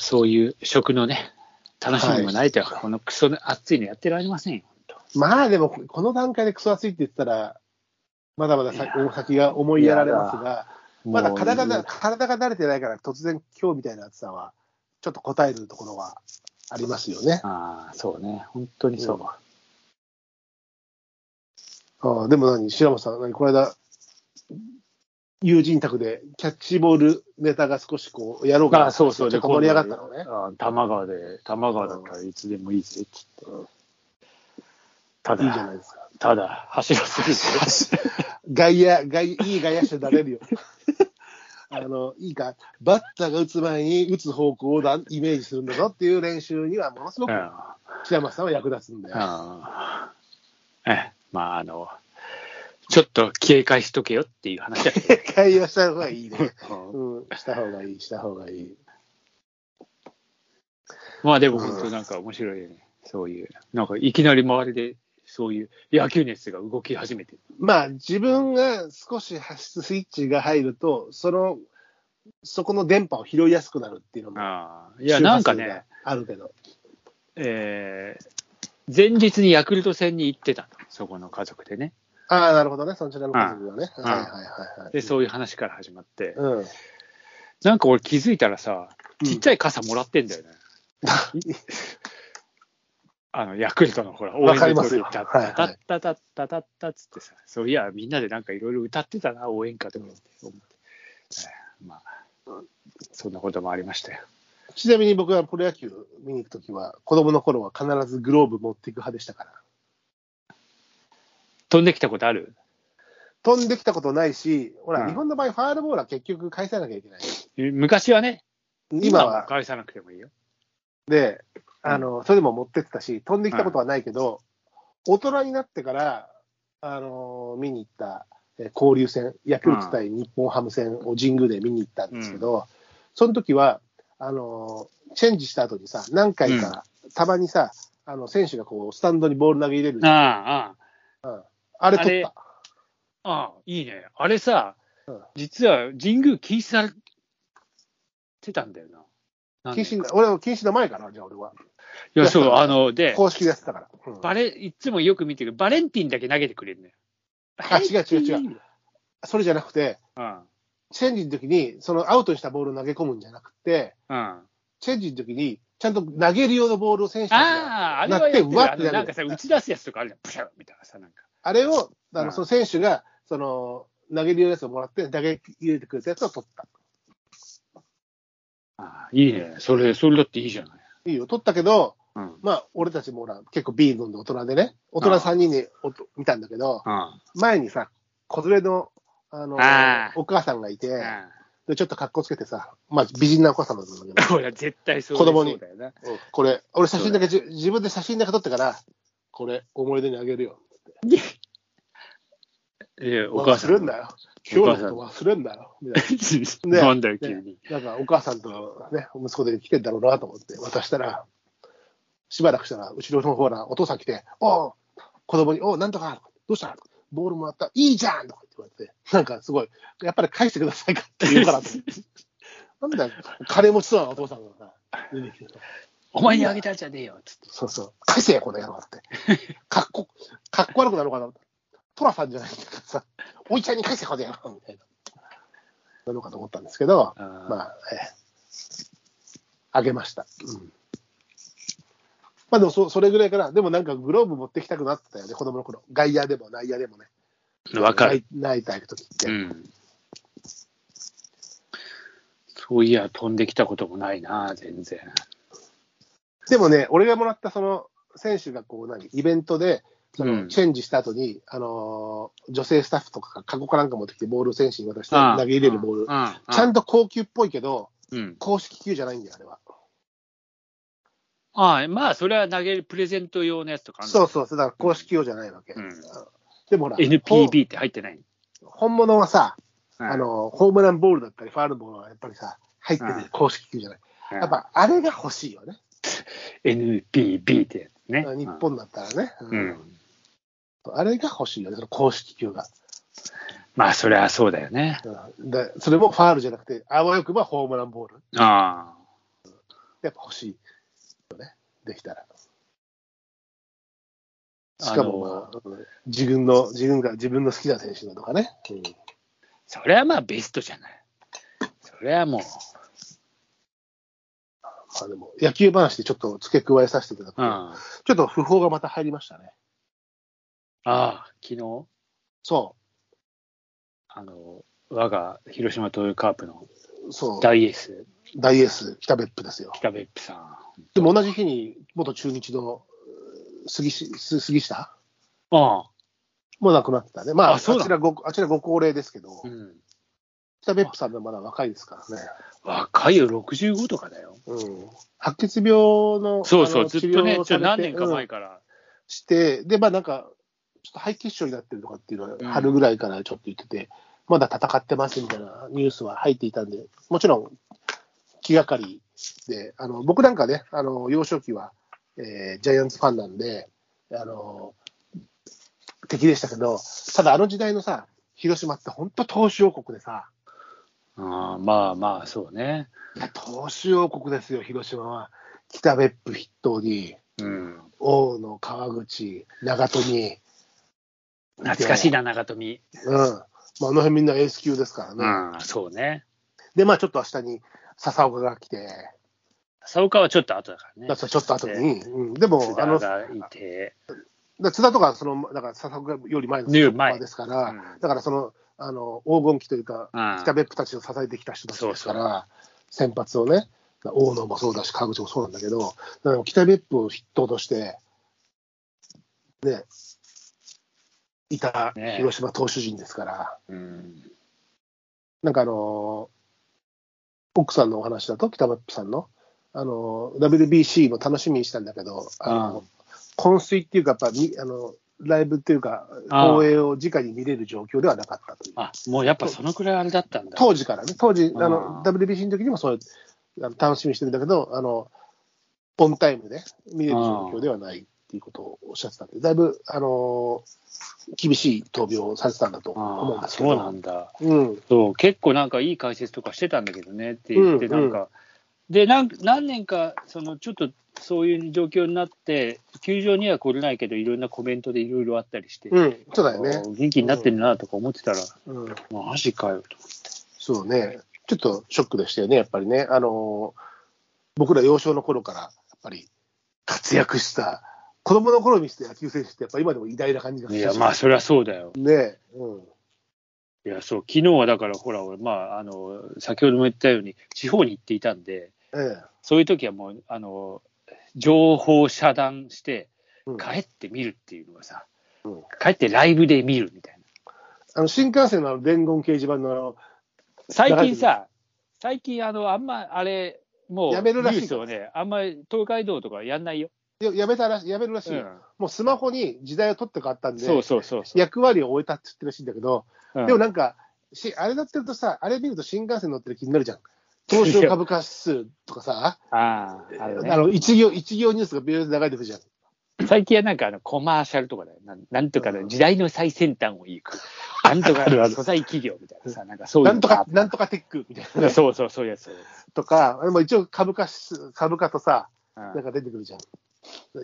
そういう食のね、楽しみもないというか、このクソ暑いのやってられませんよ。まあでも、この段階でクソ暑いって言ったら、まだまだ先先が思いやられますが、まだ体が体が慣れてないから、突然今日みたいな暑さは、ちょっと答えるところはありますよね。ああ、そうね。本当にそう。ああでも何、白本さん、何この間、友人宅でキャッチボールネタが少しこうやろうかなああ、そうそう。ちょっと盛り上がったのね。ああ多摩川で、多摩川だったらいつでもいいぜ、っつって。ただ、いいじゃないですか。ただ、走らせるぜ。外野、外いい外野手になれるよ。 あのいいか、バッターが打つ前に打つ方向をだイメージするんだぞっていう練習には、ものすごうくん白松さんは役立つんだよ。ああええ、まあ、あの、ちょっと警戒しとけよっていう話だけ警戒はした方がいいね。 ど、うん、した方がいい、した方がいい。まあでも本当なんか面白いよね、そういう、なんかいきなり周りでそういう野球熱が動き始めてる。まあ、自分が少し発出スイッチが入ると、その、そこの電波を拾いやすくなるっていうのも、ああいや、なんか周波ね数が、あるけど。えー前日にヤクルト戦に行ってたの、そこの家族でね。ああ、なるほどね、そちらの家族がね。んはいはいはいはい。で、そういう話から始まって、うん。なんか俺気づいたらさ、うんちっちゃい傘もらってんだよね。あの、ヤクルトのほら、応援わかりのます時よに、たっはいはたいたったたったたったっつってさ、そういや、みんなでなんかいろいろ歌ってたな、応援歌とかって思って。えーまあ、そんなこともありましたよ。ちなみに僕はプロ野球見に行くときは、子供の頃は必ずグローブ持っていく派でしたから。飛んできたことある飛んできたことないし、ほら、うん日本の場合、ファールボールは結局返さなきゃいけない。昔はね、今はは、返さなくてもいいよ。で、あの、それでも持ってってたし、飛んできたことはないけど、大人になってから、あのー見に行った、えー交流戦、ヤクルト対日本ハム戦を神宮で見に行ったんですけど、その時は、あのーチェンジした後にさ、何回か、たまにさ、あの、選手がこう、スタンドにボール投げ入れるあああ、れ取った。ああ、ああ、いいね。あれさうん、実は神宮禁止されてたんだよな。なんで禁止、俺は禁止の前かな、じゃあ俺は。いや、そう、あの、で、公式でやってたから。うんバレ、いつもよく見てるけど、バレンティンだけ投げてくれるのよ。あ違う違う違ううん。それじゃなくて、うん。チェンジの時に、そのアウトにしたボールを投げ込むんじゃなくて、あチェンジの時に、ちゃんと投げる用のボールを選手たちが、あ、あれなはっやてってるわあってのなるなんかさ、打ち出すやつとかあるじゃん。プシャッみたいなさ、なんか。あれを、あうんのその選手が、その、投げる用のやつをもらって、投げ入れてくれたやつを取った。ああ、いいね。それ、それだっていいじゃない。いいよ、取ったけど、うん。まあ、俺たちもほら、結構ビール飲んで大人でね、大人3人でおと見たんだけど、あ前にさ、子連れの、あのあーお母さんがいて、あ。で、ちょっと格好つけてさ、まあ、美人なお母さんなんだけど、ほら、絶対そう子供にそうだよな。うんこれ、俺写真だけじ、自分で写真だけ撮ってから、これ、思い出にあげるよ。え、お母さん。忘れんなよ。今日のこと忘れんなよ。みたい ねなんだよ、急に。な。なんか、お母さんとね、息子で来てんだろうなと思って渡したら、しばらくしたら、後ろの方からお父さん来て、おう子供に、おうなんとか、どうしたボールもらった、いいじゃんとか言って言われて、なんかすごい、やっぱり返してくださいかって言 うからと思って、なんだよ、金持ちそうなお父さんがさ、出てきてさお前にあげたんじゃねえよ、つって。そうそう。返せよ、この野 郎って。かっこ、かっこ悪くなるのかな。トラさんじゃないんだからさ、おいちゃんに返せ、この野郎みたいな。なのかと思ったんですけど、あまあ、ええあげました。うん。まあでもそ、それぐらいから、でもなんかグローブ持ってきたくなってたよね、子供の頃。外野でも内野でもね。あ、わかる。泣いたい時って。うん。そういや、飛んできたこともないな、全然。でもね、俺がもらったその選手がこう何イベントで、そうんのチェンジした後に、あのー女性スタッフとかがカゴかなんか持ってきて、ボールを選手に渡して投げ入れるボール、ちああゃんと高級っぽいけど、うん。公式球じゃないんだよ、あれは。ああ、まあ、それは投げるプレゼント用のやつとかあるそうそうそう、だから公式球じゃないわけ。うんでもほら、ほ NPB って入ってない、本物はさ、うんあ、のーホームランボールだったり、ファールボールはやっぱりさ、入ってるうん公式球じゃない。うんやっぱあれが欲しいよね、 NPB ってやつね。日本だったらね。うん。うんうんあれが欲しいよね、その公式球が。まあ、それはそうだよね。うんでそれもファールじゃなくて、あわよくばホームランボール。あやっぱ欲しいよね、できたら。あのしかも、まあうん自分の、自分が、自分の好きな選手だとかね。うんそれはまあベストじゃない。それはもう、まあでも、野球話でちょっと付け加えさせていただくと、うん。あちょっと訃報がまた入りましたね。あ、昨日、そあの、我が広島東洋カープのう、そう、大エース、大エース、北別府ですよ。北別府さん。でも同じ日に、元中日のうー杉しす杉下ああ、もう亡くなってたね。まあ、ああそうだちらご、あちらご高齢ですけど、うん。北別府さんでもまだ若いですからね。若いよ、65とかだよ。うん。白血病の、そうそあう、のずっとね、治療をちさょれて何年かう前んから。して、で、まあなんか、ちょっと肺血症になってるとかっていうのはう、ん春ぐらいからちょっと言ってて、まだ戦ってますみたいなニュースは入っていたんで、もちろん気がかりで、あの僕なんかね、あの幼少期は、えージャイアンツファンなんで、あの敵でしたけど、ただあの時代のさ、広島って本当投手王国でさ、ああまあまあ、そうね。いや投手王国ですよ、広島は。北別府筆頭に、うん。大野、川口、長富、懐かしいな、長富。うん。まあ、あの辺みんなエース級ですからね。うん、そうね。で、まあ、ちょっと明日に笹岡が来て、佐岡はちょっと後だからねだ。からちょっと後に、うん、でも津、あ田の、だかがいて。ら津田とか、その、だから笹岡より前のね笹岡ですから、前うんだからその、あの、黄金期というか、うん北別府たちを支えてきた人たちですから、そう先発をね、大野もそうだし、川口もそうなんだけど、だから北別府を筆頭として、ね、いたね広島投手陣ですから、うん。なんかあのー奥さんのお話だと、北別府さんの、あのー WBC も楽しみにしたんだけど、あのうん昏睡っていうか、やっぱみあのライブっていうか、ああ公演を直に見れる状況ではなかったという、あ、もうやっぱそのくらいあれだったんだ。当時からね、当時、ああのあ WBC の時にもそうあの楽しみにしてるんだけど、あのオンタイムで見れる状況ではないっていうことをおっしゃってたんで、だいぶ、あのー厳しい闘病をされてたんだと思うんあであ、すけそど。うなんだ。うんそう、結構なんかいい解説とかしてたんだけどねって言って、うんなんか、でなん、何年か、そのちょっとそういう状況になって、球場には来れないけど、いろんなコメントでいろいろあったりして、うん、そうだよね。元気になってるなとか思ってたら、うん、マジかよと。そうね、ちょっとショックでしたよね、やっぱりね、あのー僕ら幼少の頃から、やっぱり活躍した、子供の頃にして野球選手って、やっぱ今でも偉大な感じがすいるや、まあ、そりゃそうだよ。ね、うん、いや、そう、昨日はだから、ほら、俺、まあ、あの、先ほども言ったように、地方に行っていたんで、ええ、そういう時はもう、あの、情報を遮断して、うん帰って見るっていうのがさ、うん帰ってライブで見るみたいな。あの新幹線のあの伝言掲示板のあの、最近さ、最近あの、あんまあれ、もう、やめるらしいニュースをね、あんまり東海道とかやんないよ。ややめたらしやめるらしい、うんもうスマホに時代を取って変わったんで、そうそうそうそう。役割を終えたって言ってるらしいんだけど、うんでもなんか、しあれだってるとさ、あれ見ると新幹線乗ってる気になるじゃん。東証株価指数とかさ、ああ、ああれねの一行一行ニュースがビューッと流れてくるじゃん。最近はなんかあのコマーシャルとかだよ。なんなんとかうのん時代の最先端を行く。なんと かの素材企業みたいなさ、なんかそういうなのんとか、がなんとかテックみたいなあってそうそう、そういうやつ。そういうやつとか、でも一応株価指数、株価とさ、うんなんか出てくるじゃん。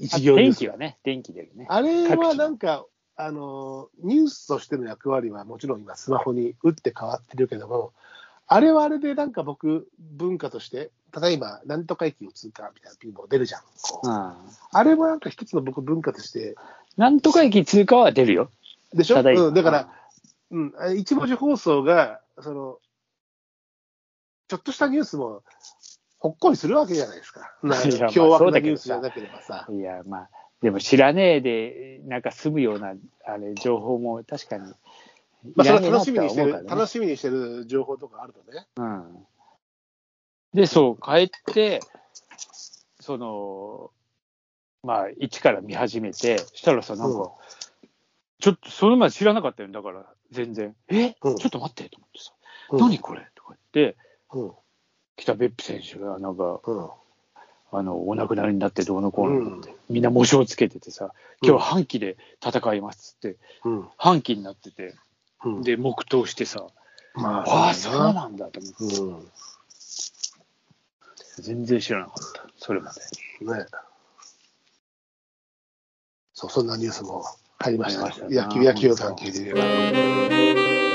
一行ニュー天ス気はね、天気出るね。あれはなんか、あの、ニュースとしての役割はもちろん今スマホに打って変わってるけども、あれはあれでなんか僕、文化として、ただいま、なんとか駅を通過みたいなピンも出るじゃん。こううんあれはなんか一つの僕文化として、なんとか駅通過は出るよ。でしょただいまうん、だから、うん、あ一文字放送が、その、ちょっとしたニュースも、ほっこりするわけじゃないです か。ないやまあ凶悪そうなだニけュどースじさゃなければさ。いや、まあ、でも知らねえで、なんか済むような、あれ、情報も確かに。まあ、そいれらはねえな楽しみにしてとは思る、うからね楽しみにしてる情報とかあるとね。うん。で、そう、帰って、その、まあ、一から見始めて、したらさ、なんか、うんちょっと、それまで知らなかったよ、だから、全然。え、うんちょっと待って、と思ってさ、うん何これとか言って、うん。北別府選手が、なんか、うん。あの、お亡くなりになってどうのこうのって、みんな模章つけててさ、うん今日は半旗で戦いますっつって、うん。半旗になってて、うん、で、黙祷してさ、まああ、そうだななんだと思って、うん。全然知らなかった。それまで。ね。そう、そんなニュースも入りましたね入りました。ね野球、野球の関係で言えば。